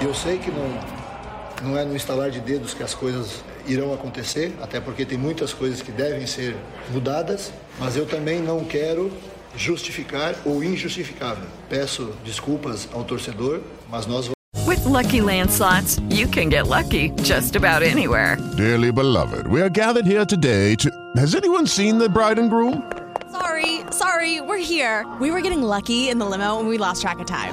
Eu sei que não, não é no instalar de dedos que as coisas irão acontecer, até porque tem muitas coisas que devem ser mudadas, mas eu também não quero justificar o injustificável. Peço desculpas ao torcedor, mas nós With Lucky Land slots, you can get lucky just about anywhere. Dearly beloved, we are gathered here today to. Has anyone seen the bride and groom? Sorry, sorry, we're here. We were getting lucky in the limo and we lost track of time.